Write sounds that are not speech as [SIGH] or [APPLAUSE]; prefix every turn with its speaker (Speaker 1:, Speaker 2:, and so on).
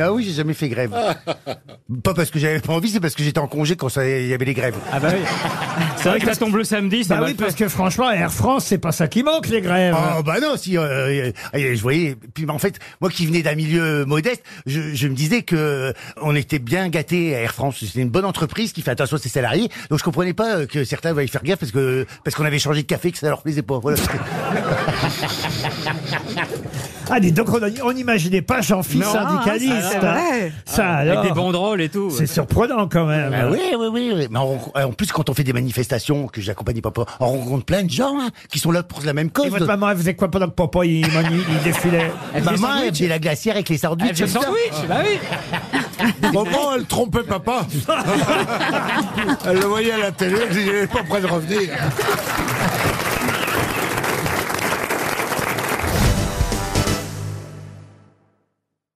Speaker 1: Ah oui, j'ai jamais fait grève. pas parce que j'avais pas envie, c'est parce que j'étais en congé quand ça- il y avait les grèves.
Speaker 2: Ah bah
Speaker 3: [LAUGHS]
Speaker 2: oui. C'est vrai que ça tombe le Ah. samedi, ça
Speaker 3: Bah
Speaker 2: va
Speaker 3: oui, parce que franchement, Air France, c'est pas ça qui manque, les grèves.
Speaker 1: Oh bah non, si euh, euh, euh, je voyais. Puis en fait, moi qui venais d'un milieu modeste, je, je me disais que euh, on était bien gâté à Air France. C'était une bonne entreprise qui fait attention à ses salariés. Donc je comprenais pas euh, que certains veuillent faire gaffe parce que parce qu'on avait changé de café que ça leur plaisait pas. Voilà.
Speaker 3: Ah, dis donc, on a- on n'imaginait pas Jean-Philippe
Speaker 2: Non,
Speaker 3: syndicaliste.
Speaker 2: hein, c'est
Speaker 3: hein.
Speaker 4: vrai.
Speaker 3: Ça,
Speaker 2: Avec
Speaker 3: alors,
Speaker 2: des Bah banderoles et tout.
Speaker 3: c'est surprenant quand même.
Speaker 1: Ah oui, oui, oui, oui. Mais en, en plus, quand on fait des manifestations, que j'accompagne papa, on rencontre plein de gens hein, qui sont là pour la même cause.
Speaker 3: Et votre maman, elle faisait quoi pendant que papa, il, il- il défilait
Speaker 1: Maman, elle faisait la glacière avec les sandwichs.
Speaker 2: Avec le
Speaker 1: tout ça.
Speaker 2: sandwich, bah oui.
Speaker 5: [LAUGHS] Maman, elle trompait papa. [LAUGHS] elle le voyait à la télé, elle disait, il est pas prêt de revenir.